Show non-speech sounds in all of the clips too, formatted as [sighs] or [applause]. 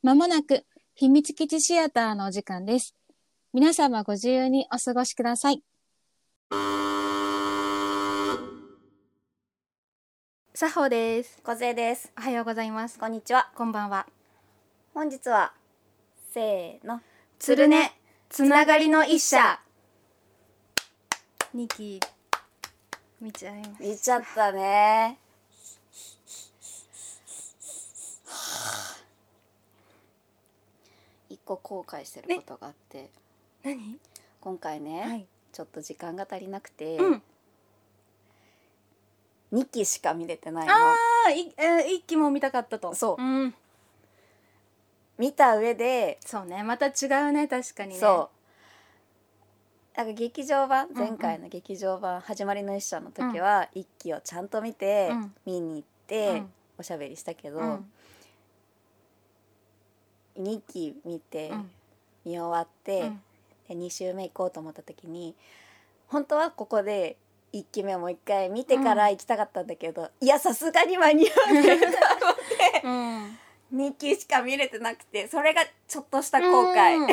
まもなく秘密基地シアターのお時間です。皆様ご自由にお過ごしください。作法です。小勢ですおはようございます。こんにちはこんばんは。本日はせーのつるね、つながりの一社。ニキ、見ちゃいます。見ちゃったね一個後悔してることがあって、何今回ね、はい。ちょっと時間が足りなくて、うん。二2期しか見れてないのああ、い、えー一期も見たかったと。そううん。見た上で、そうね、また違うね、確かにね。そうなんか劇場版んうん前回の劇場版「始まりの一社」の時は一期をちゃんと見て、うん見に行っうて、んおしゃべりしたけど、うん。 2期見て、うん見終わって、うんで2週目行こうと思った時に本当はここで1期目もう一回見てから行きたかったんだけど、いやさすがに間に合わないなと [laughs] 思ってうん。 2期しか見れてなくてそれがちょっとした後 [laughs] 悔、うん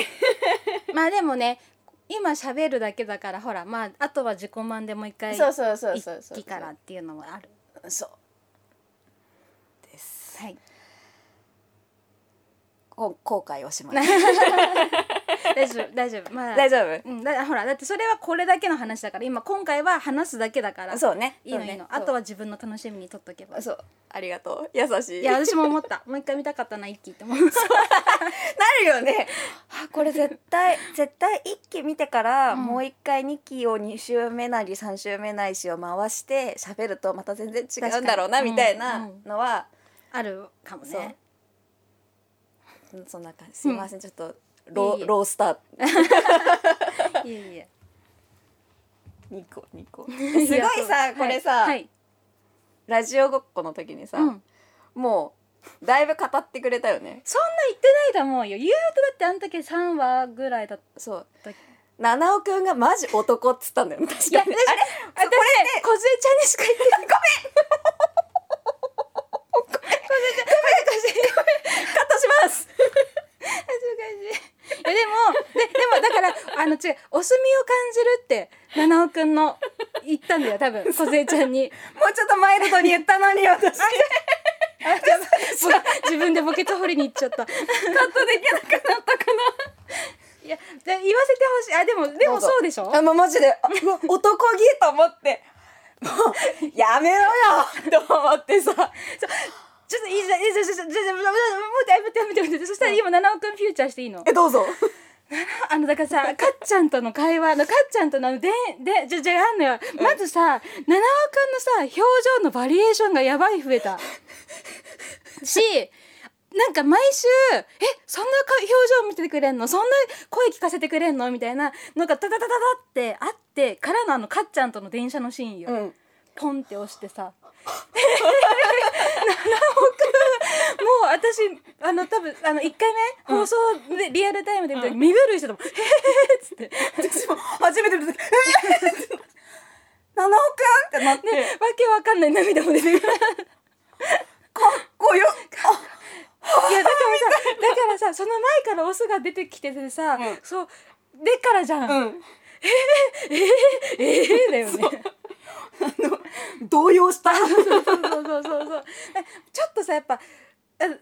まあでもね今喋るだけだからほらまああとは自己満でもう一回そうそうそうそう一気からっていうのもあるそうです [laughs] はいこ後悔をしました大丈夫 [laughs] 大丈夫まあ大丈丈夫夫、うん、だほらだってそれはこれだけの話だから今今回は話すだけだから [laughs] そうねいいのそうねいいの、あとは自分の楽しみにとっとけばそういそうありがとう優しいや私も思ったもう一回見たかったな一気って [laughs] 思うなるよね。 [laughs] あこれ絶対絶対一期見てから、うんもう一回二期を二週目なり三週目ないしを回して喋るとまた全然違うんだろうな確かにみたいなうんうんのは、あるかもねうんそんな感じ。すみません、ちょっとロいえいえーロースターいえいえ二個二 [laughs] 個。すすごいさこれさ、はい、ラジオごっこの時にさ、はいうんもうだいぶ語ってくれたよね。そんな言ってないと思うよ言うとだってあの時3話ぐらいだったそうだっ。七尾くんがマジ男っつったんだよね確かに。あれ私ね、こずえちゃんにしか言 [laughs] ってない。カットします。恥ずかしい。いやでも、で、でもだから、あの違う、お墨を感じるって、七尾くんの言ったんだよ、多分、こずえちゃんに。もうちょっとマイルドに言ったのに私。あじゃあ [laughs] 自分でボケツ掘りに行っちゃった。カットできなくなったかな。いや、じゃあ言わせてほしい。あ、でも、でもそうでしょあ、まあ、マジで、あうわ男気と思って、もう、やめろよと思ってさ、ちょっといいじゃん、いいじゃん、いいじゃん、いいじゃん、もう、もう、もう、もう、もう、そしたら今七尾くんフューチャーしていいのえ、どうぞ。 [laughs] あのだからさ、かっちゃんとの会話のかっちゃんとのででじゃじゃあんのよ。まずさ、七尾くんのさ表情のバリエーションがやばい増えた。し。なんか毎週「えそんなか表情見ててくれんのそんな声聞かせてくれんの?」みたいなのがタタタタタってあってからのあのかっちゃんとの電車のシーンよ、うん。ポンって押してさ七億もう私あの多分あの1回目放送でリアルタイムで見た時身震いしてたもん「へえ」っつって。私も初めて見た時、えー七尾くんってなって、ね、わけわかんない涙も出 [laughs] てくるいやだかっこよ。からさだからさその前からオスが出てきててさ、うんそうでからじゃん、あ、うん。ええだよねそう動揺した。そうそうそうそうえちょっとさやっぱあ冬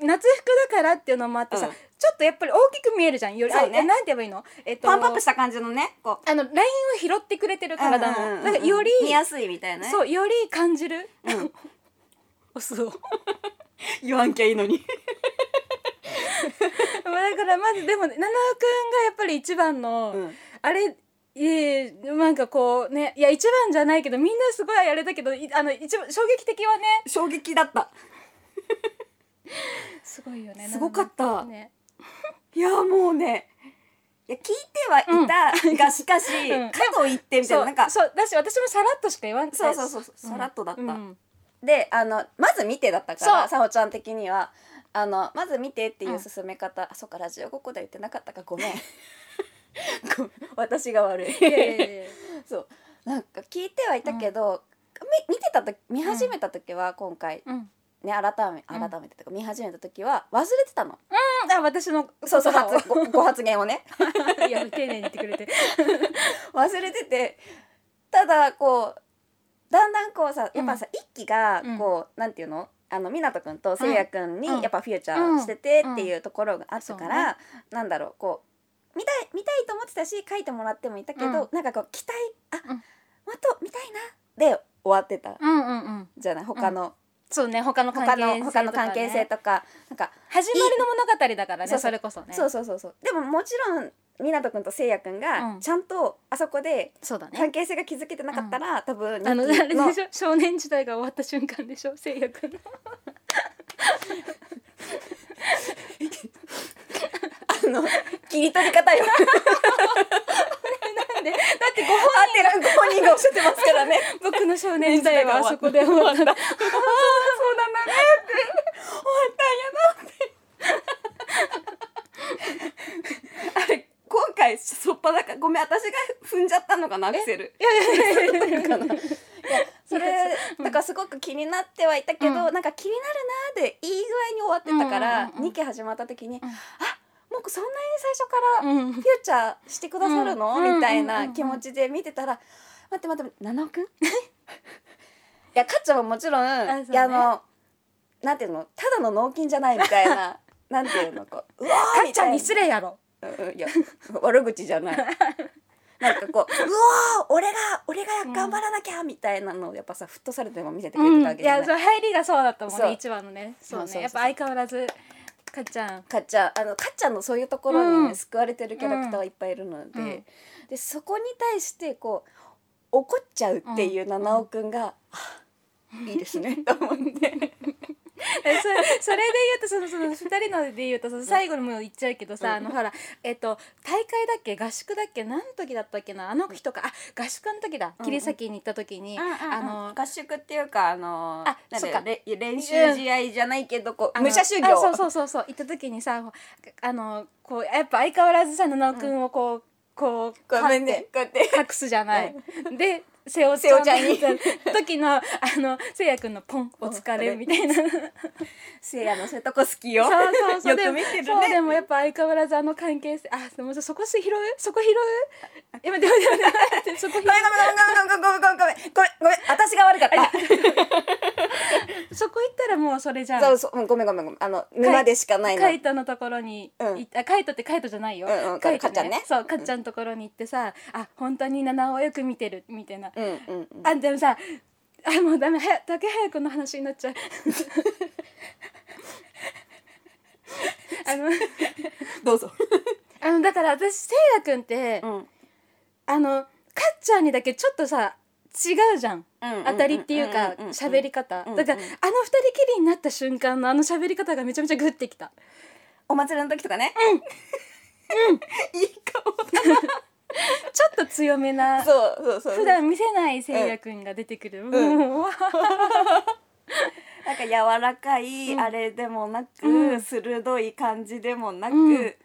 夏服だからっていうのもあってさ、うんちょっとやっぱり大きく見えるじゃんより、あそうねえなんて言えばいいの、えっと、パンプアップした感じのね、こう。あのラインを拾ってくれてる体うんうんのうんなんかより、見やすいみたいなね。そうより感じる、うんオスを。言わんきゃいいのに。 [laughs] まあだからまずでもね七尾くんがやっぱり一番の、うんあれえー、なんかこうねいや一番じゃないけどみんなすごいあれだけどいあの一番衝撃的はね衝撃だった。すごいよねすごかったなんね、いや、もうね、いや、聞いてはいたが、しかしうん、かといってみそたいな、うなんか、そうだし私もさらっとしか言わんそうそうそう、んさらっとだった。うんであのまず見てだったかそうらさほちゃん的にはあのまず見てっていうんう進め方、あそっかラジオごっこでは言ってなかったかごめん [laughs] ごめん私が悪いいやい [laughs] やいやいやそうなんか聞いてはいたけど、み見てた時見始めた時は今回うんね改め改うんめてとか見始めた時は忘れてたの、あ私のそうそう言葉を発 [laughs] ごご発言をねいや丁寧に言ってくれ [laughs] て忘れててただこうだんだんこうさやっぱさ、一期がうんこう、なんていうのあの湊くんとせいやくんにうんやっぱフューチャーしててっていうところがあったから、うんうなんだろうこう見たい見たいと思ってたし書いてもらってもいたけど、なんかこう期待あ、うんまた見たいなで終わってたうんうんうんじゃない他の、そうね他の関他係性の他の関係性とかねとかなんか始まりの物語だからそねうそうそれこそねそうそうそうそうでももちろん湊くんとせいやくんうがんちゃんとあそこでそうだね関係性が築けてなかったら、多分あのあ二期れでしょ少年時代が終わった瞬間でしょせいやくんのあの切り取 [laughs] り方よなんでだってご本人がご本人がおっしゃってますか [laughs] らね僕の少年時代はあそこで終わったそうなんだねって終わったんやなって [laughs] あれ今回そっぱだかごめん私が踏んじゃったのかなアクセルいやいやいやいや [laughs] それだからすごく気になってはいたけど、うなんか気になるなーでいい具合に終わってたかうんうら、んうんうん2期始まった時に、うんあもうそんなに最初からうんフューチャーしてくださるの、うんみたいうんうんうんなうん気持ちで見てたら「待って待って七尾くん? [laughs] 」いやかっちゃんはもちろんそうねいやあのなんていうのただの脳筋じゃないみた [laughs] いななんていうのこううわーかっみちゃたいんなに失礼やろうんいや [laughs] 悪口じゃ [laughs] ないなんかこう「うわー俺が俺が頑張らなきゃ」みたいなのをやっぱさフットされても見せてくれてたわけいじゃやない、そう入りがそうだったもんそうね一番のねそうそねうそうそうやっぱ相変わらずかっちゃんかっちゃんあのかっちゃんのそういうところにね、うん救われてるキャラクターはいっぱいいるので、うんでそこに対してこう怒っちゃうっていう七尾くんが、あいいですねと [laughs] 思って [laughs] えそそれで言うとそのその2人ので言うとその最後にも言っちゃうけどさ、うんあのほら、えっと大会だっけ合宿だっけ何の時だったっけなあの人かあ合宿の時だうん桐崎に行った時に、あの合宿っていうかあのあなんそっだかよれ練習試合じゃないけどこあうの武者修行あそうそうそうそう行った時にさあのこうやっぱ相変わらずさ七尾くんをこう、こうごめんねこうやって隠すじゃない。で瀬尾瀬尾ちゃんにみたいな時のあのせいやくんのポンお疲れみた [laughs] いな。せいやのそういうとこ好きよそうそうそうよく見てるねでもそうでもやっぱ相変わらずあの関係性あでもそこ拾うそこ拾うやめてやめてやめてそこごめんごめんごめんごめんごめんごめんごめんごめん私が悪かった拾そこ行ったらもうそれじゃんそうそううんごめんごめんごめんあの沼でしかないのカイトのところにうん行った、カイトってカイトじゃないよ、うんうんカイかトっちゃんねそうかっちゃんのところに行ってさ、あ本当に七尾をよく見てるみたいな、うんうんうんあでもさあもうダメはや竹早くの話になっ [laughs] ちゃうあのどうぞあのだから私せいやくんって、うんあのかっちゃんにだけちょっとさ違うじゃん当当たりっていうか喋り方だからあの二人きりになった瞬間のあの喋り方がめちゃめちゃグッてきたお祭りの時とかねいい顔ちょっと強めなそうそうそう普段見せないせいやくんが出てくるんもうわなんか柔らかいうんあれでもなうくん鋭い感じでもなうんく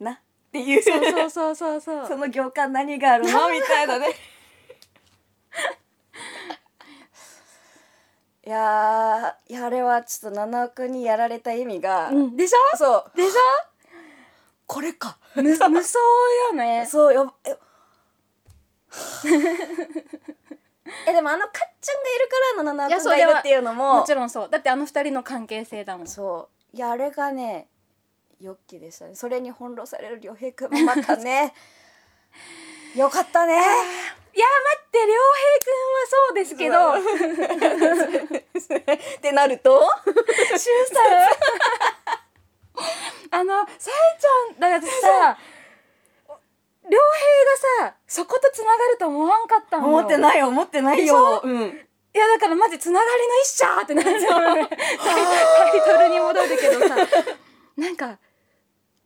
なっていうそうそうそうそうそそうの行間何がある [laughs] のみたいなねいやーいやあれはちょっと七億にやられた意味が、うんでしょそうでし [laughs] これかょ無無双よねそうよえ [laughs] えでもあのかっちゃんがいるからの七いや億そうがいるっていうのももちろんそうだってあの二人の関係性だもんそういやあれがねよっきでしたねそれに翻弄される良平くんまた [laughs] ねよかったねいや待って良平くんはそうですけどってなるとシュンさんあのさえちゃんだから私さ良平がさそことつながると思わんかったのよ思ってないよ思ってないよ、うん、いやだからマジつながりの一社ってなっちゃうよねタイタイトルに戻るけどさ [laughs] なんか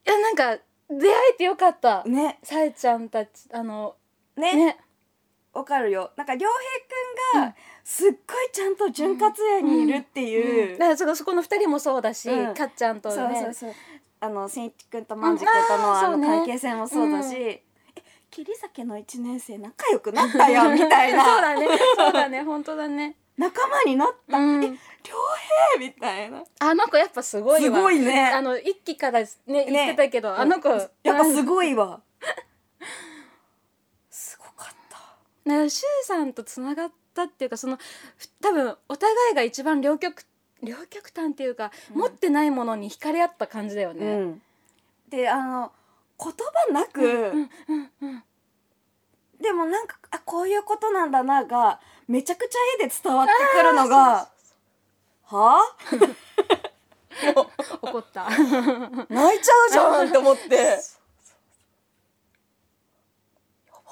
いやなんか出会えてよかったねさえちゃんたちあのねねわかるよなんか良平くんがすっごいちゃんと潤滑屋にいるっていう、だからそこそこの二人もそうだし、うんかっちゃんとねそうそうそうあの千一君と万次君とうんのあーあのそうね関係性もそうだし、うんえ桐崎の一年生仲良くなったよみたいな [laughs] [laughs] そうだねそうだね本当だね仲間になった、うんえ良平みたいなあの子やっぱすごいすわごいねあの一期からね言ってたけど、あの子やっぱすいごいわ [laughs] すごかったシュウさんとつながったっていうかそのふ多分お互いが一番両極両極端っていうか、うん持ってないものに惹かれ合った感じだよね、であの言葉なく、でもなんかあこういうことなんだながめちゃくちゃ絵で伝わってくる [laughs] のがは怒ったあ泣いちゃうじゃんって [laughs] 思ってや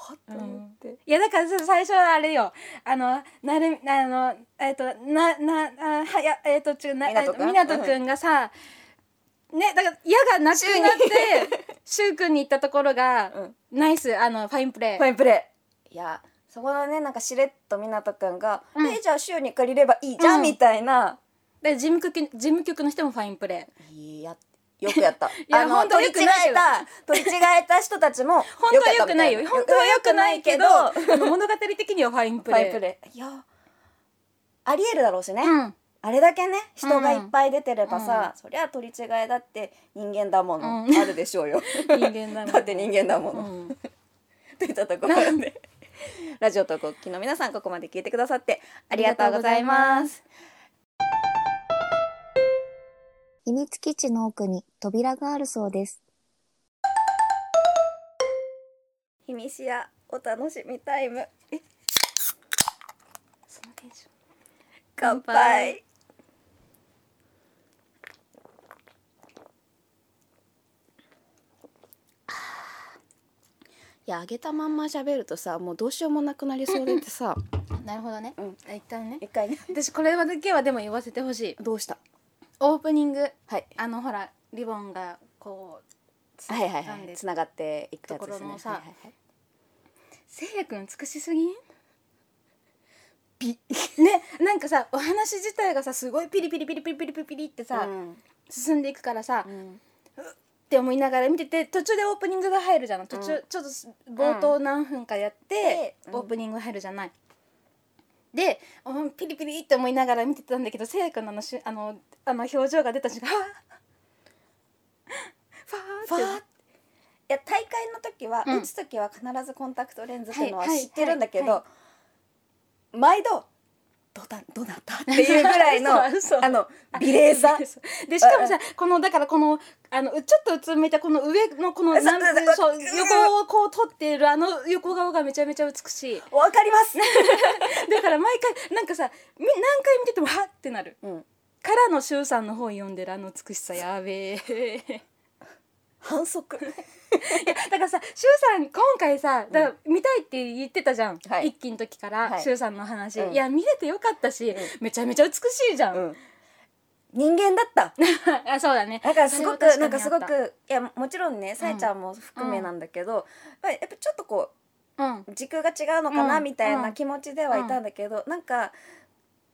ばって思って、 [laughs] いやだからさ最初はあれよあのなるあのえっ、とななあはやえっ、とちゅなみなとくんみなとくんがさ、ねだから矢がなくなってしゅうくんに行ったところが、うんナイスあのファインプレーファインプレーいやそこのねなんかしれっと湊くんが「うんえじゃあ週に借りればいいじゃん」うんみたいな、で事務局事務局の人もファインプレーいやよくやった [laughs] やあの本当は取り良違くないえけどた取り違えた人たちも [laughs] 本当は良くないよよ本当は良くないけどよくあの物語的にはファインプフレーァインプレーいやありえるだろうしね、うんあれだけね人がいっぱい出てればさ、うそりゃ取り違えだって人間だもの、うんあるでしょうよ人間だもんだって人間だもの、うんといったところでラジオと国旗の皆さんここまで聞いてくださってありがとうございます秘密基地の奥に扉があるそうです。秘密やお楽しみタイムえそのテンション乾乾杯杯 [sighs] いやあげたまんま喋るとさもうどうしようもなくなりそうでってさなるほどね、うんあ [laughs] 一旦ね一回ね私これだけはでも言わせてほしいどうしたオープニングはいあのほらリボンがこうつはいはい掴んはでいつながっていくやつですところねのさはいはいはいせいやくん美しすぎんピ [laughs] ねなんかさお話自体がさすごいピリピリピリピリピリピリピリってさ、うん進んでいくからさ、うっんて思いながら見てて途中でオープニングが入るじゃない途中、うんちょっとす冒頭何分かやって、うんオープニング入るじゃない。で、うん、ピリピリって思いながら見てたんだけどせいやくんのあのしあのあの表情が出た瞬間ファー [laughs] ファってーっていや大会の時は、うん打つ時は必ずコンタクトレンズっていうのははいはい知ってるんだけはいど、は毎度どうだどうなったっていうぐらいの [laughs] あ嘘嘘の美麗さ [laughs] でしかもさこのだからこのあのちょっとうつむいたこの上のこのそうなんそうそううん横をこう取っているあの横顔がめちゃめちゃ美しいわかります、だから毎回なんかさみ何回見ててもはっってなるうん、からの周さんの本読んでるあの美しさやべえ [laughs] 反則だからさ周さん今回さだから見たいって言ってたじゃん、はい一期の時からはい周、さんの話、うんいや見れてよかったし、めちゃめちゃ美しいじゃん、うん人間だった [laughs] あそうだねだからすごそれは確くなんかすにごあったくいやもちろんねさえちゃんも含めなんだけど、やっぱやっぱちょっとこううん時空が違うのかなうんみたいな気持ちではいたんだけど、なんか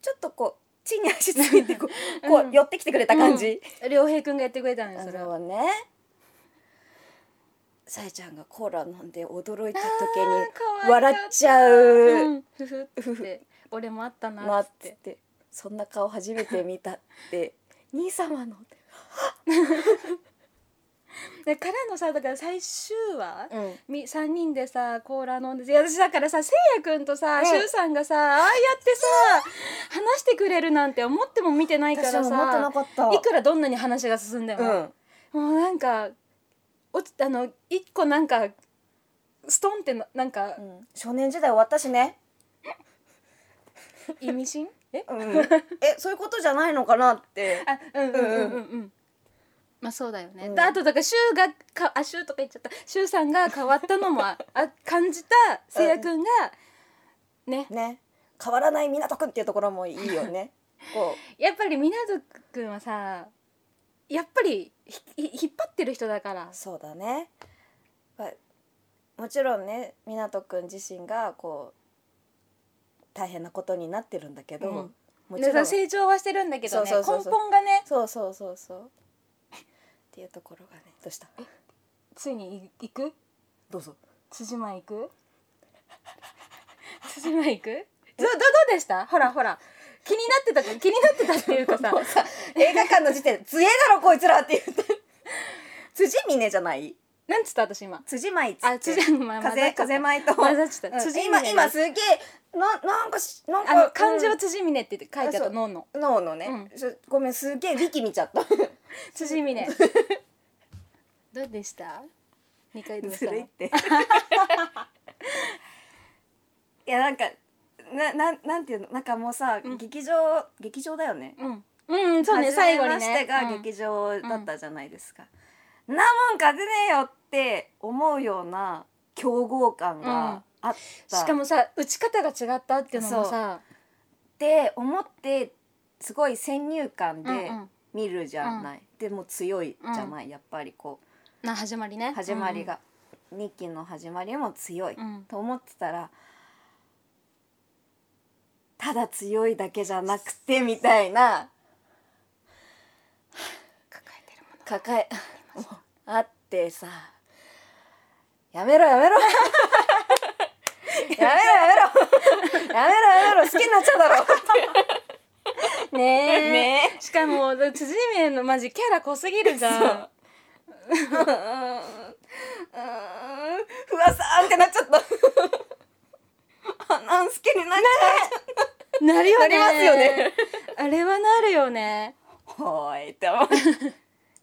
ちょっとこう地に足ついてこう,、 [laughs] うんこう寄ってきてくれた感じ、良平くんがやってくれたのよあそれはのねさえちゃんがコーラ飲んで驚いた時に笑っちゃううんふふって俺もあったななっっててそんな顔初めて見たって兄様の、でからのさだから最終話、うん、み3人でさコーラ飲んでて私だからさせいやくんとさうんしゅうさんがさああやってさ話してくれるなんて思っても見てないから私も思ってなさかったいくらどんなに話が進んでも、うんもうなんかおちあの一個なんかストンってななんかうん少年時代終わったしね、意味深えうん、 [laughs] えそういうことじゃないのかなってあうんうんうんうんうんまあそうだよね、うんであとだから柊がかあ柊とか言っちゃった柊さんが変わったのもああ感じたせいやくんが、ねね変わらない湊くんっていうところもいいよ [laughs] ねこやっぱり湊くんはさやっぱりひひ引っ張ってる人だからうそうだねまあもちろんね湊くん自身がこう大変なことになってるんだけど、うんもちねろんそう成長はしてるんだけどねそうそうそうそう根本がねそうそうそうっていうところがねどうしたついにい行くどうぞ辻間行 [laughs] く辻間行くどどどうでしたほらほら気になってた気になってたっていう [laughs] かさもうさ映画館の時点で「強えだろこいつら」っ [laughs] て言って辻峰じゃないなんつった私今辻舞っつってあ辻まあ混ざっ風ちゃった風舞と混ざっちゃったうん辻今峰今すげえななんかしなんあのか漢字うはん辻峰って書いてあったそう脳の脳のね、ちょごめんすげえウィキ見ちゃった辻 [laughs] 峰どうでした二回どうしずたるいっのて [laughs] いやなんかななんなんていうのなんかもうさ、うん劇場劇場だよねうんうんそうね最後に初めましてねが劇場だったじゃないですか、ん、なもん勝てねえよって思うような競合感があうった、んしかもさ打ち方が違ったっていうのもさって思ってすごい先入観でうんうん見るじゃない、でも強いじゃない、やっぱりこな始まりねう始まりが、日記の始まりも強い、うんと思ってたらただ強いだけじゃなくてみたいな抱えてるもの抱え [laughs] あってさやめろやめろやめろやめろやめろやめろ好きになっちゃうだろねえね [laughs] しかも辻峰のマジキャラ濃すぎるじゃんうーんうーんふわさーんってなっちゃ [laughs] った。あなん好きになっちなるよねなりますよねあれはなるよねゃう。ほーいって思う。も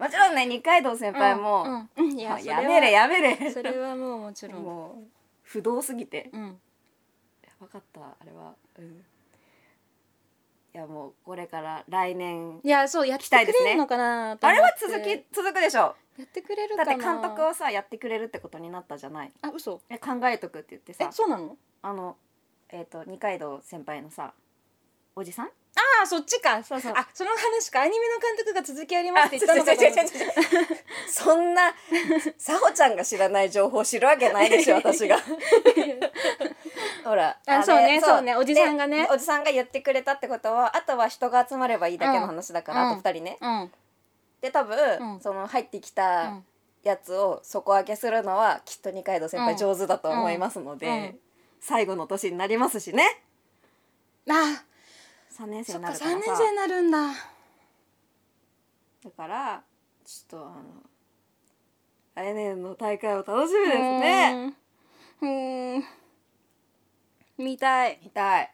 ちろんね二階堂先輩も、うんうんいやあそれやはめれやめれ。それはもうもちろんもう不動すぎて。うんやばかったあれは。うんいやもうこれから来年いやそうやってたいくですねれるのかなとあ思っれては続き続くでしょやってくれう。るだかっなて監督をさやってくれるってことになったじゃない。あ嘘え考えとくって言ってえさ。そうなのあのえっ、と二階堂先輩のさおじさんああそっちかそうそうあその話かアニメの監督が続きありまあすって言ったのかと違思うっ違う違う違うた [laughs] そんなさほちゃんが知らない情報知るわけな [laughs] いでしょ私が [laughs] ほらあれそうねそうねおじさんがねでおじさんが言ってくれたってことはあとは人が集まればいいだけの話だから、うんあと2人ねうんで多分、うんその入ってきうたんやつを底上げするのはきっと二階堂先う輩ん上手だと思いますので、うんうん最後の年になりますしねあ3年生そにっなかるから三さ年生になるんだだからちょっとあの来年の大会を楽しみですね。うーんうーん見たい見たい。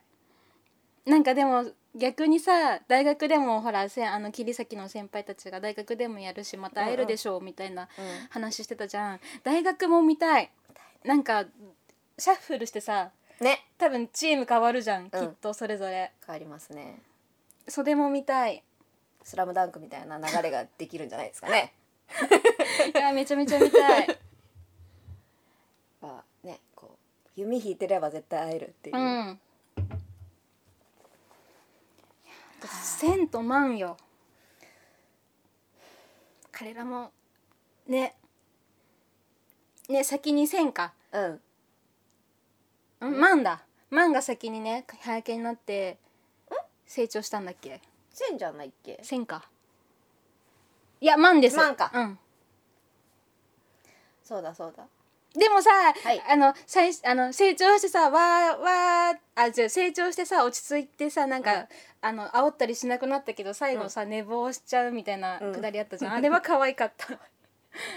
なんかでも逆にさ大学でもほらせんあの切り裂きの先輩たちが大学でもやるしまた会えるでしょうみたいなうん話してたじゃん大学も見たいなんかシャッフルしてさね多分チーム変わるじゃん、きっとそれぞれ変わりますね。それも見たいスラムダンクみたいな流れができるんじゃないですか [laughs] ね。いやめちゃめちゃ見たい [laughs] まあねこう弓引いてれば絶対会えるっていう。うんいや千と万よ彼らもねね先に千かうんん万だ万が先にね早けになって成長したんだっけ千じゃないっけ？千かいや万です万かうんそうだそうだ。でもさ、はいあの最あの成長してさわーわーあじゃあ成長してさ落ち着いてさなんか、うんあの煽ったりしなくなったけど最後さ、寝坊しちゃうみたいなうんくだりあったじゃん、あれは可愛かった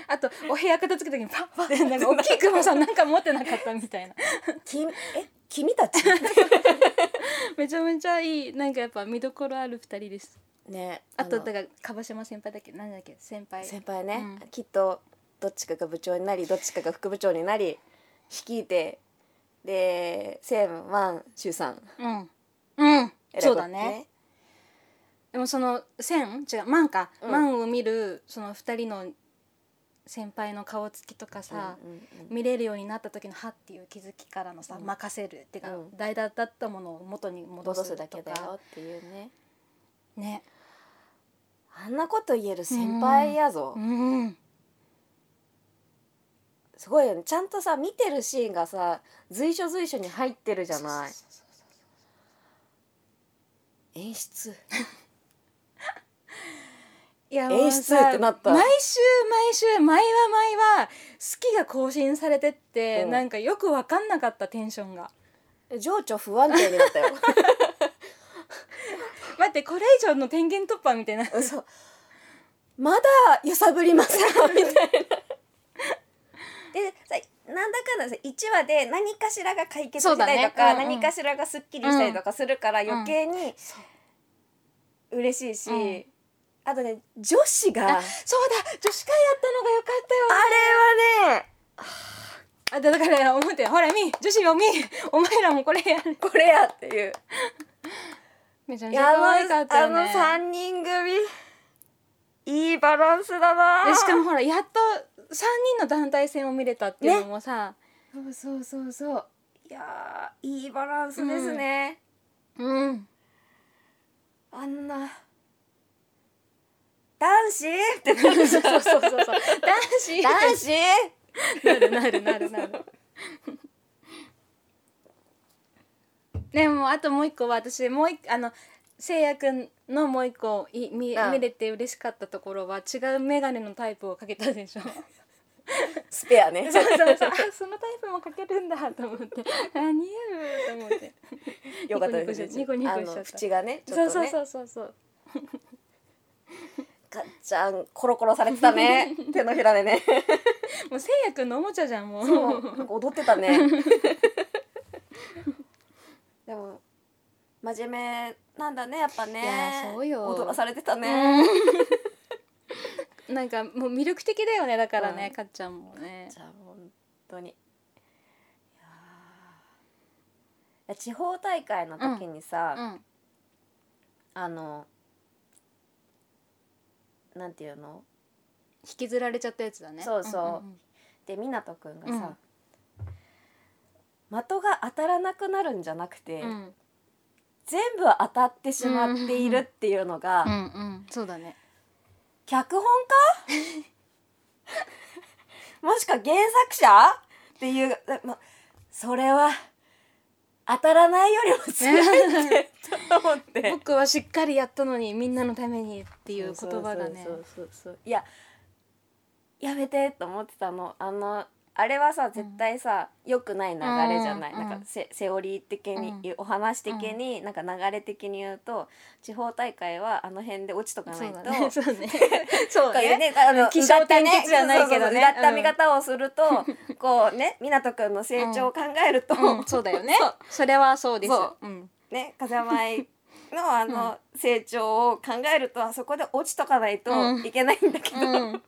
あとお部屋片付けた時にパッパッてなんか大きいクマさんなんか持ってなかったみたいな [laughs] きえ [laughs] 君たちめちゃめちゃいいなんかやっぱ見どころある二人です [laughs] ねあとのだから樺島先輩だっけなんだっけ先輩先輩ね、うんきっとどっちかが部長になりどっちかが副部長になり率いてでセムワンシュウさんうんうん選ぶそうだねでもその千違う万か、うん万を見るその二人の先輩の顔つきとかさ、うんうんうん見れるようになった時の「は」っていう気づきからのさ「うん任せる」っていうか、うん代打だったものを元に戻戻すすだとかけだよっていうねねあんなこと言える先輩やぞ、うんすごいよねちゃんとさ見てるシーンがさ随所随所に入ってるじゃないそうそうそうそう演出いや演出もうさってなった毎週毎週毎は毎は好きが更新されてって、うんなんかよく分かんなかったテンションが [laughs] 情緒不安定になったよ待ってこれ以上の天元突破みたいなそうまだ揺さぶりませんみたいな。でさなんだかんださ1話で何かしらが解決そうしだたねりとか、うんうん何かしらがすっきりしたりとかするから余計に嬉しいし、うんあとね女子があれはそうだ女子会やったのがよかったよねあだから思ってほらみ女子よみお前らもこれやるこれやっていう。めちゃいめちゃや可愛かったあよのねあの3人組いいバランスだなでしかもほらやっと3人の団体戦を見れたっていうのもさ、そうそうそうそういやーいいバランスですね、うんあんな男子ってなそうそうそうそう男子男子なるなるなるなる [laughs] でもあともう一個は私もう一あのせいやくんのもう一個い見,、うん見れて嬉しかったところは違う眼鏡のタイプをかけたでしょそうスペアねそうそう [laughs] あそのタイプもかけるんだと思ってあ似合うと思ってよかったですニコニコしちゃったニコニコしちゃったあの縁がねちょっとそうねそうそうそうそうかっちゃんコロコロされて [laughs] たね手のひらでねもうせいやくんのおもちゃじゃんもうそうなんか踊って [laughs] たねでも真面目なんだねやっぱねいやそうよ踊らされてたね、うん [laughs] なんかもう魅力的だよねだからね、うんかっちゃんもねじゃあ本当にいやーいや地方大会の時にさ、うんあのなんていうの引きずられちゃったやつだねそうそううんで湊くんがうんさ、的が当たらなくなるんじゃなくて、うんうんうん全部当たってしまっているっていうのが、うんうんそうだね脚本家 [laughs] もしくは原作者っていう、ま、それは当たらないよりも強いって [laughs] ちょっと思って僕はしっかりやったのにみんなのためにっていう言葉がねそうそうそうそういややめてと思ってたのあのあれはさ絶対さ、良くない流れじゃない、うんなんかセセオリー的に、お話的に、なんか流れ的に言うと地方大会はあの辺で落ちとかなそいうとだねそうねそうこういうねね、あの、起承転結じゃないけどねうがった見方をすると、こうね、湊くんの成長を考えると、うんそうだよねそうそれはそうですそううんね、風間愛のあの、成長を考えると、あそこで落ちとかないとうんいけないんだけど、うん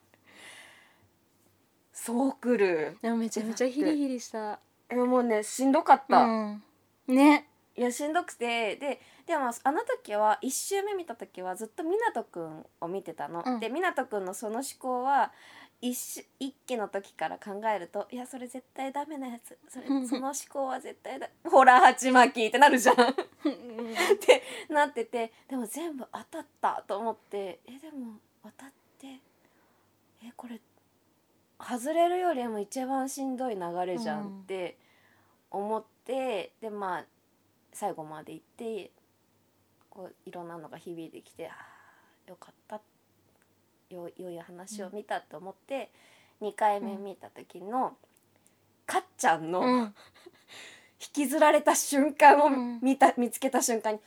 そうくる。でもめちゃめちゃヒリヒリしたでももうね、しんどかった。うんねいや、しんどくて、で、でもあの時は、一周目見た時はずっと湊くんを見てたの。うんで、湊くんのその思考は、一し一期の時から考えるといやそれ絶対ダメなやつそれうんその思考は絶対だホラー鉢巻きってなるじゃんっうんてなっててでも全部当たったと思ってえでも当たってえこれ外れるよりも一番しんどい流れじゃんって思って、でまあ最後まで行ってこういろんなのが響いてきてあーよかったよ良い話を見たと思って、二2回目見た時の、かっちゃんのう引んきずられた瞬間をうん見た、見つけた瞬間に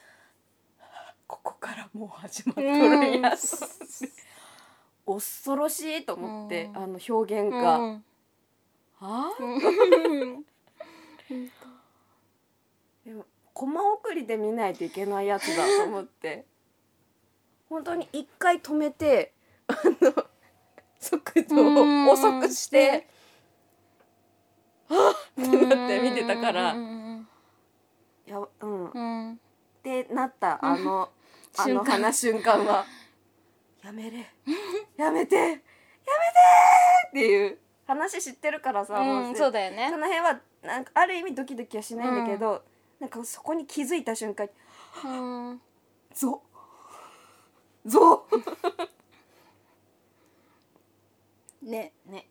ここからもう始まっとるんや、うん恐ろしいと思って、うんあの表現が。うんあーうん [laughs] でもコマ送りで見ないといけないやつだと思って本当に一回止めてあの速度を遅くしてってなって見てたからうんうんいや、うん、っうんうんてなったあのあ瞬の間話瞬間は「やめ [laughs] れやめてやめて!」っていう話知ってるからさ、うんもそうだよねその辺はなんかある意味ドキドキはしないんだけど、なんかそこに気づいた瞬間にうんゾゾねね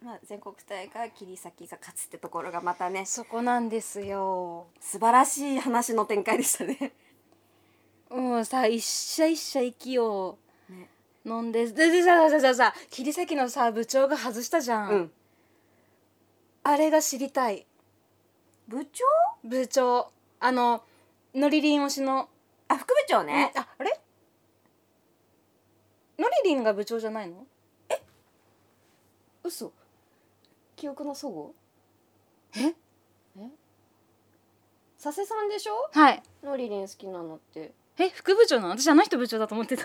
まあ、全国大会は切り裂きが勝つってところがまたね素そこなんですよ晴らしい話の展開でしたね。もうさ一社一社息をね飲んでででさささささ切り裂きのさ部長が外したじゃん、うん、あれが知りたい部長部長あののりりん推しのあ副部長ね、ああれのりりんが部長じゃないの嘘記憶のそごえ佐瀬さんでしょはいのりりん好きなのってえ副部長なの私あの人部長だと思ってた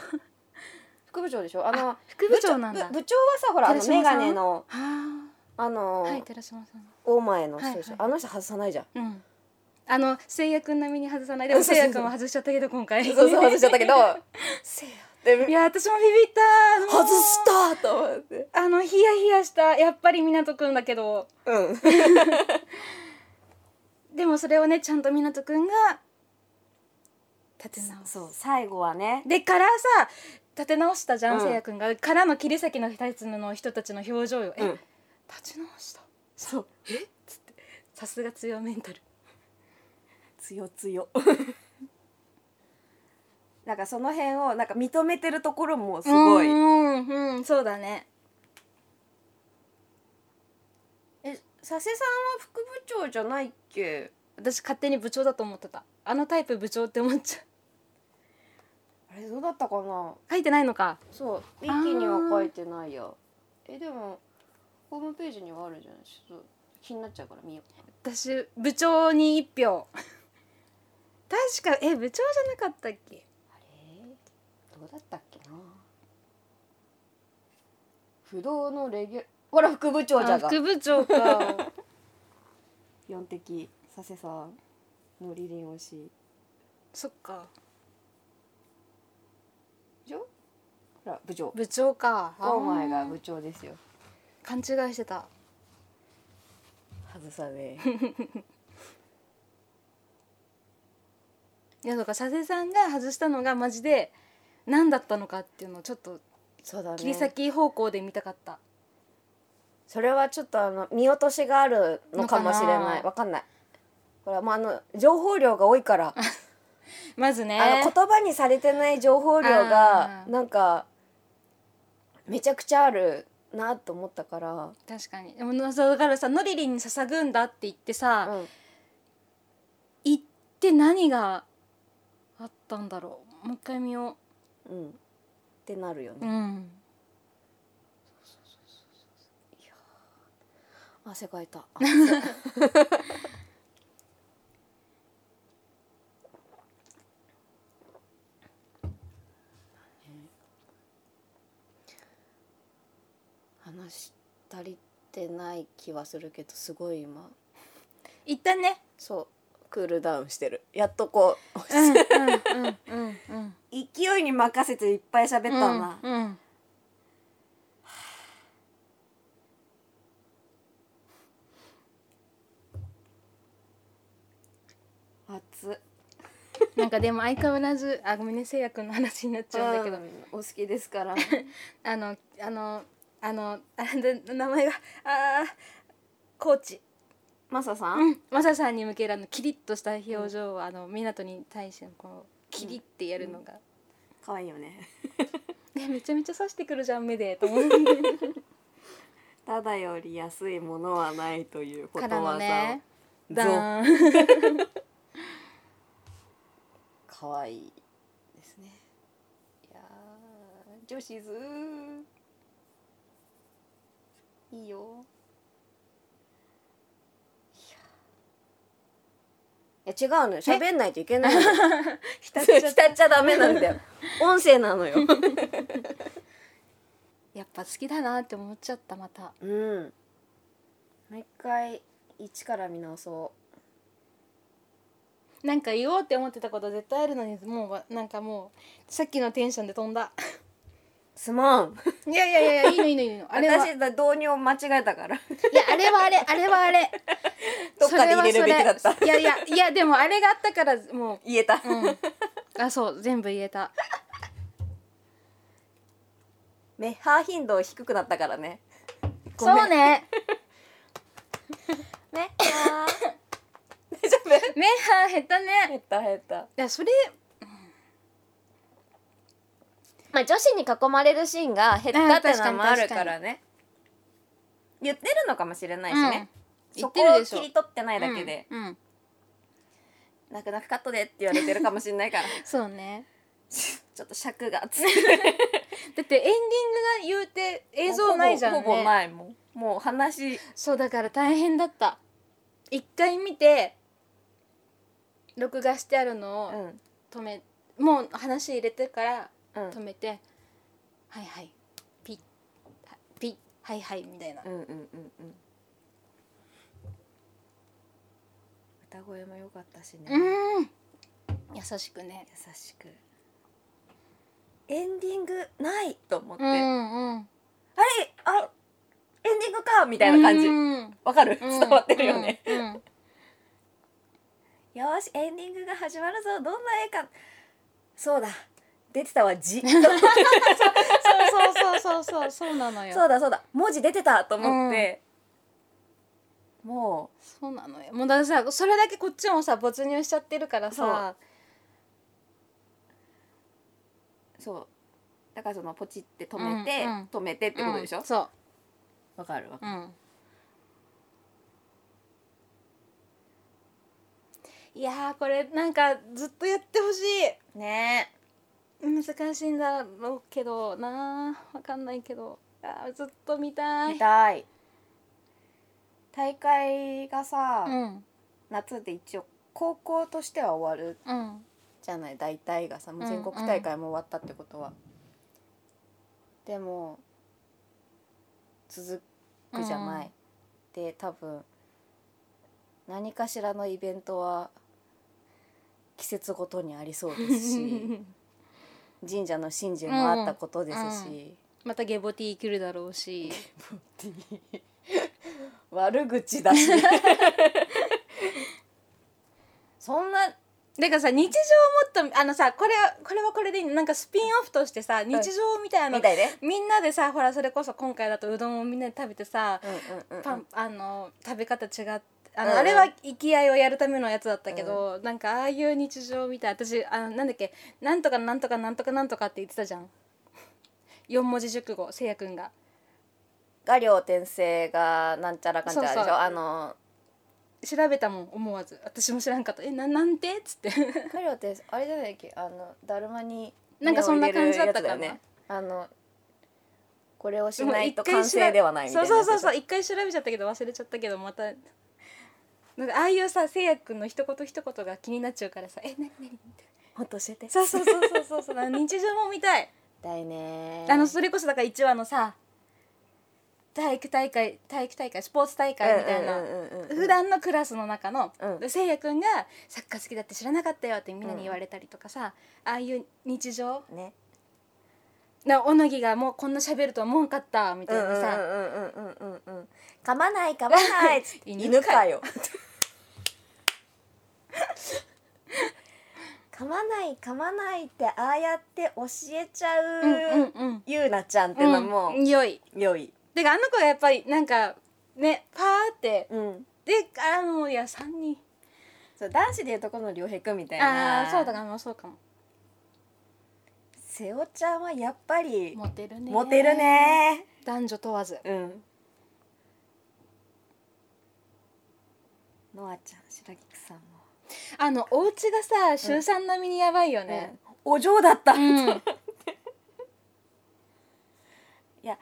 副部長でしょあの副部長なんだ部部長はさほらあの寺眼島さん鏡のはああの、はい寺島さん大前の人でしょ、はいはあの人外さ [laughs] ないじゃんうんあの聖夜くん並みに外さないでうもんそう聖そうそ夜うくんも外しちゃったけど今回そうそう外しちゃったけど [laughs] せや [laughs] でいや私もビビったもう外したと思ってあのヒヤヒヤしたやっぱり湊くんだけどうんでもそれをねちゃんと湊くんが立て直す [laughs] そう最後はねでからさ立て直したじゃうんんせいやくんがからの切り裂きの二つの人たちの表情よ、えうん立ち直したそうさすが強いメンタル強強 [laughs] なんかその辺をなんか認めてるところもすごい、うんうんうんそうだねえ佐瀬さんは副部長じゃないっけ私勝手に部長だと思ってたあのタイプ部長って思っちゃうあれどうだったかな書いてないのかそうウあーィキには書いてないやえでもホームページにはあるじゃないちょっと気になっちゃうから見よう私部長に一票確かえ部長じゃなかったっけあれどうだったっけな不動のレギュほら副部長じゃあが副部長 [laughs] か4滴佐瀬さんのりりん推しそっか部長ほら部長部長かお前があー部長ですよ勘違いしてた外さねいやだから佐世さんが外したのがマジで何だったのかっていうのをちょっと [laughs] そうだね切り裂き方向で見たかった、それはちょっとあの見落としがあるのかもしれのかないなわかんないこれはもうあの情報量が多いから、まずねあの言葉にされてない情報量があーなんかめちゃくちゃあるなと思ったから、確かにでもそうだからさノリリンに捧ぐんだって言ってさ、うん、行って何があったんだろうもう一回見ようん、ってなるよう、ねう、ん、汗かい [laughs] た話し足りてない気はするけどすごい今一旦ねそうクールダウンしてるやっとこううんうんうんうん勢いに任せていっぱい喋ったな、うんうん熱っなんかでも相変わらずあごめんねせいやくんの話になっちゃうんだけど、お好きです [laughs] からあのあのあのあれ名前があーコーチマサさん、うんマサさんに向けるあのキリッとした表情は、あの港に対してのこのキリッてやるのが、可愛いよねねめちゃめちゃ刺してくるじゃん目でと思うただより安いものはないというこかとらのわざをねゾウダーン可愛いですねいやー女子ズーいいよいやいや違うのよ喋んないといけないのよ [laughs] 浸っちゃった浸っちゃダメなんだよ [laughs] 音声なのよやっぱ好きだなって思っちゃったまたうん毎回一から見直そなんか言おうって思ってたこと絶対あるのにもうわなんかもうさっきのテンションで飛んだうすまん [laughs] いやいやいやいいのいいのいいのあれは私だ導入を間違えたからいやあれはあれあれはあれ [laughs] どっかで入れるべきだったそれはそれいやいやいやでもあれがあったからも言えた、う、うん、あそう全部言えたメッハー頻度低くなったからねごめんそうねメッハ [laughs] ー大丈夫メンハー減ったね減った減ったいやそれまあ女子に囲まれるシーンが減ったってのもあるからね言ってるのかもしれないしね、うんそ言っこてるをでしょ切り取ってないだけで、うんうん泣く泣くカットでって言われてるかもしんないからそうねちょっと尺がつ [laughs] だくってエンディングが言うて映像ないじゃんねほぼほぼないもんもう話そうだから大変だった一回見て録画してあるのうをん止め、もう話入れてからうん止めて、はいはいピッはピッはいはいみたいな、うんうんうんうん歌声も良かったしね、うーん優しくね優しくエンディングないと思って、うあれんうんあエンディングかみたいな感じうんわかる、うん伝わってるよね、うんうんよーしエンディングが始まるぞどんな絵かそうだ出てた [laughs] わ字そうそうそうそうそうそうなのよそうだそうだ文字出てたと思って、もそうなのよもうだからさそれだけこっちもさ没入しちゃってるからさうそうだからそのポチって止めて、うんうん止めてってことでしうょわん、、そかるわかううんいやーこれなんかずっとやってほしいるねえ難しいんだろうけどなーわかんないけどあーずっと見たい見たい大会がさ、うん夏で一応高校としては終わるうんじゃない大体がさもう全国うんうん大会も終わったってことは、でも続くじゃない、うんで多分何かしらのイベントは季節ごとにありそうです [laughs] し神社の神事もあったことですし、うんまたゲボティー来るだろうし [laughs] 悪口だし [laughs] そんなだからさ日常をもっとあのさこれはこれはこれでいいのなんかスピンオフとしてさ日常みたいなのみたいね、みんなでさほらそれこそ今回だとうどんをみんなで食べてさ、うんうんうんうん、パンあの食べ方違って。あのうんうんあれは生き合いをやるためのやつだったけど、なんかああいう日常みたい私あのなんだっけなんとかなんとかなんとかなんとかって言ってたじゃん四文字熟語せいやくんが画量転生がなんちゃらかんちゃらでしょそうそうあの調べたもん思わず私も知らんかった「えななんて?」っつって画量転生あれじゃないっけあのだるまになんかそんな感じだったかな目を入れるやつだよねあのこれをしないと完成ではないみたいなそうそうそうそうう一回調べちゃったけど忘れちゃったけどまたなんかああいうさせいやくんの一言一言が気になっちゃうからさ「えなになに?」ほんと教えてそうそうそうそうそう [laughs] そう日常も見たいだいねあのそれこそだから一話のさ体育大会体育大会スポーツ大会みたいな、うんうんうんうん普段のクラスの中のうんせいやくんがサッカー好きだって知らなかったよってみんなに言われたりとかさ、ああいう日常ねなおのぎがもうこんな喋るとは思わんかったみうたんいうなんさ、うんうんうんうんうん噛まない噛まない [laughs] 犬犬かかよ [laughs] 噛まない噛まないってああやって教えちゃう、うんうんうんゆうなちゃんってのもうん良い良い、てかあの子がやっぱりなんかねパーってうん、であもういや3人そう男子でいうとこの良平くんみたいあなあーそうだからもうそうかも瀬尾ちゃんはやっぱりモテるねモテるね男女問わずうんノアちゃん白菊さんもあのお家がさ週三並みにやばいよね、お嬢だった、うんいや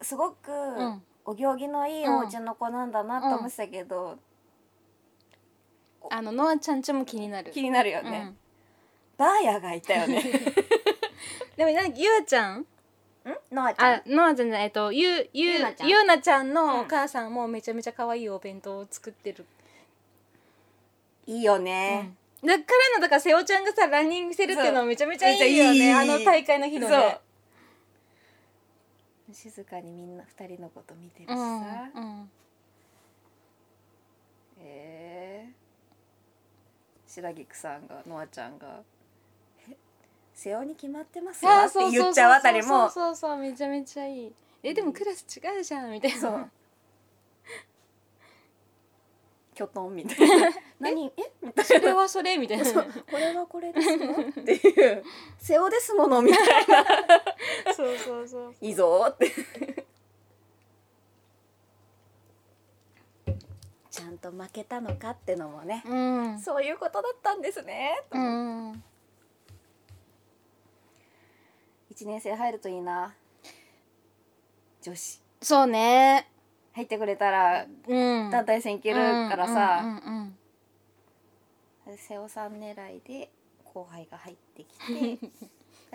すごく、んお行儀のいいお家の子なんだなと思ってたけど、あのノアちゃんちも気になる気になるよね、バーヤがいたよねうんでもなんかゆうちゃんんノアちゃんあノアじゃないえっとゆゆゆううなちゃんゆうなちゃんうんのお母さんもめちゃめちゃ可愛いお弁当を作ってる、いいようねん、だからのだから瀬尾ちゃんがさランニングしてるっていうのめちゃめちゃいいよめっちゃいねいあの大会の日のねそう静かにみんな二人のこと見てるしさ、うんうんえー白菊さんがノアちゃんがえ「瀬尾に決まってますよ」あーって言っちゃうあたりそうもそそうそうそうめちゃめちゃいいえでもクラス違うじゃんみたいな [laughs] うきょとんみたいな「 [laughs] 何えみたいそれはそれみたいななそうそ「これはこれですよ」っていう「瀬尾ですもの」みたいなうそうそう「いいぞ」ってちゃんんと負けたのかってのもね、うんそういうことだったんですね、と思ってうん一年生入るといいな女子そうね入ってくれたらうん団体戦いけるからうさんうんうん瀬尾さん狙いで後輩が入っ [laughs] てきてちょ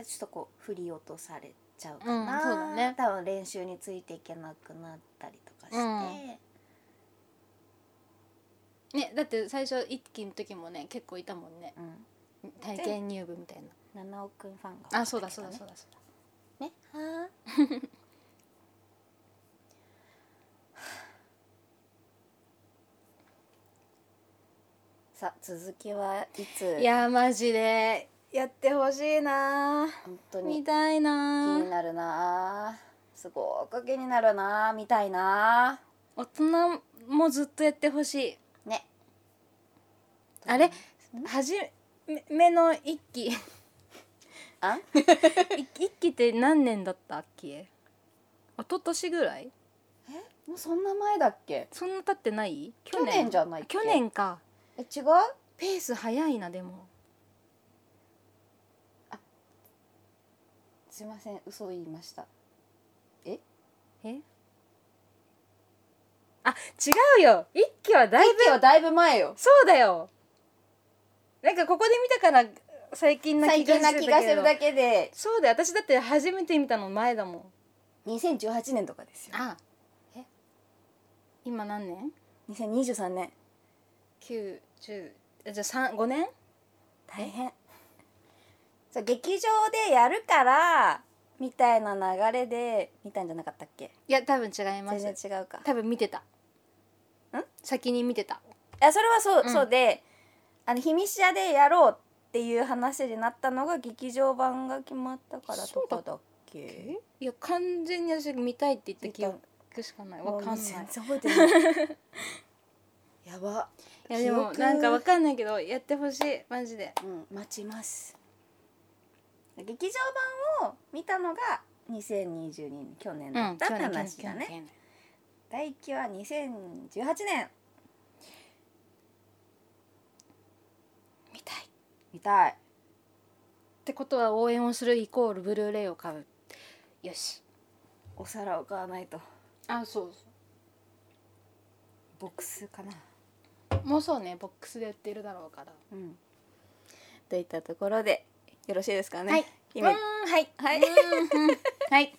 っとこう振り落とされちゃうかな、うんそうだね多分練習についていけなくなったりとかして、うんねだって最初一期の時もね結構いたもんねうん体験入部みたい七尾くんファンが多かったけどね、なあそうだそうだそうだそうだねはあ [laughs] さあ続きはいついやーマジでやってほしいな本当ー見にたい気なにーなるなーすごく気になるなー見たいな大人もずっとやってほしいーねあれはじめ目の一期 [laughs] あん一一期って何年だったっけ一昨年ぐらいもうそんな前だっけそんな経ってない去年じゃないっけ去年かえ違うペース早いなでもすいません嘘を言いましたええあ違うよ一期はだいぶ一期はだいぶ前よそうだよなんかここで見たから最近な気最がす近るな気がするだけだけでどそうだよ私だって初めて見たの前だもん2018年とかですよあえ今何年2023年九十じゃあ三五年大変そう劇場でやるからみたいな流れで見たんじゃなかったっけいや多分違いま全然す違うか多分見てたん先に見てたあそれはそう,、うんそうであの「ひみしや」でやろうっていう話になったのが劇場版が決まったからとかだっけいや完全に私見たいって言った記見た憶しかないわかんない全然覚えてない [laughs] やばいやでも記憶なんかわかんないけどやってほしいマジでうん待ちます劇場版を見たのが2022年去年だったって話だね、第一期は2018年見たいっ見たいてことは応援をするイコールブルーレイを買うよしお皿を買わないとあそうボックスかなそうもうそうねボックスで売ってるだろうからうんといったところでよろしいですかねはい姫うーんはいはい、う [laughs] んうんはい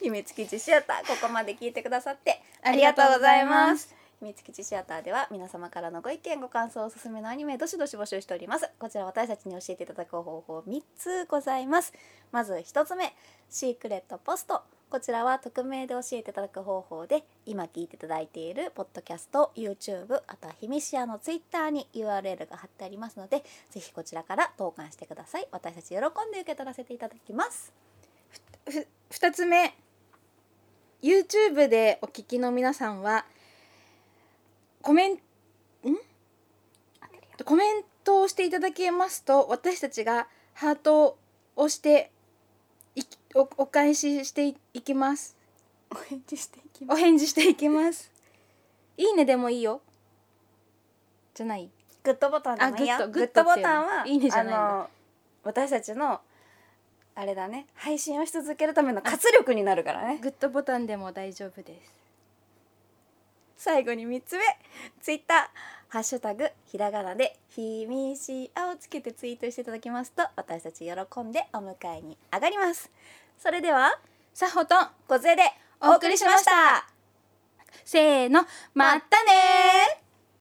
秘密基地シアターここまで聞いてくださってあありりががととううごござざいいまます秘密基地シアターでは皆様からのご意見ご感想おすすめのアニメどしどし募集しておりますこちら私たちに教えていただく方法3つございますまず1つ目シークレットポストこちらは匿名で教えていただく方法で今聞いていただいているポッドキャスト YouTube あとはひみしやの Twitter に URL が貼ってありますのでぜひこちらから投函してください私たち喜んで受け取らせていただきますふ2つ目 YouTube でお聞きの皆さんはコメンんコメントをしていただけますと私たちがハートを押していきおお返ししていいきますお返事していきお返事していきますいいねでもいいよじゃないグッドボタンでもいいよあグッドグッドボタングッドっはていうのいいねじゃないんだあの私たちのあれだね配信をし続けるための活力になるからねグッドボタンでも大丈夫です最後に3つ目ツイッターハッシュタグひらがなで「ひみしあ」をつけてツイートしていただきますと私たち喜んでお迎えに上がりますそれではさほとん小杖でお送りしましたせーのまたねー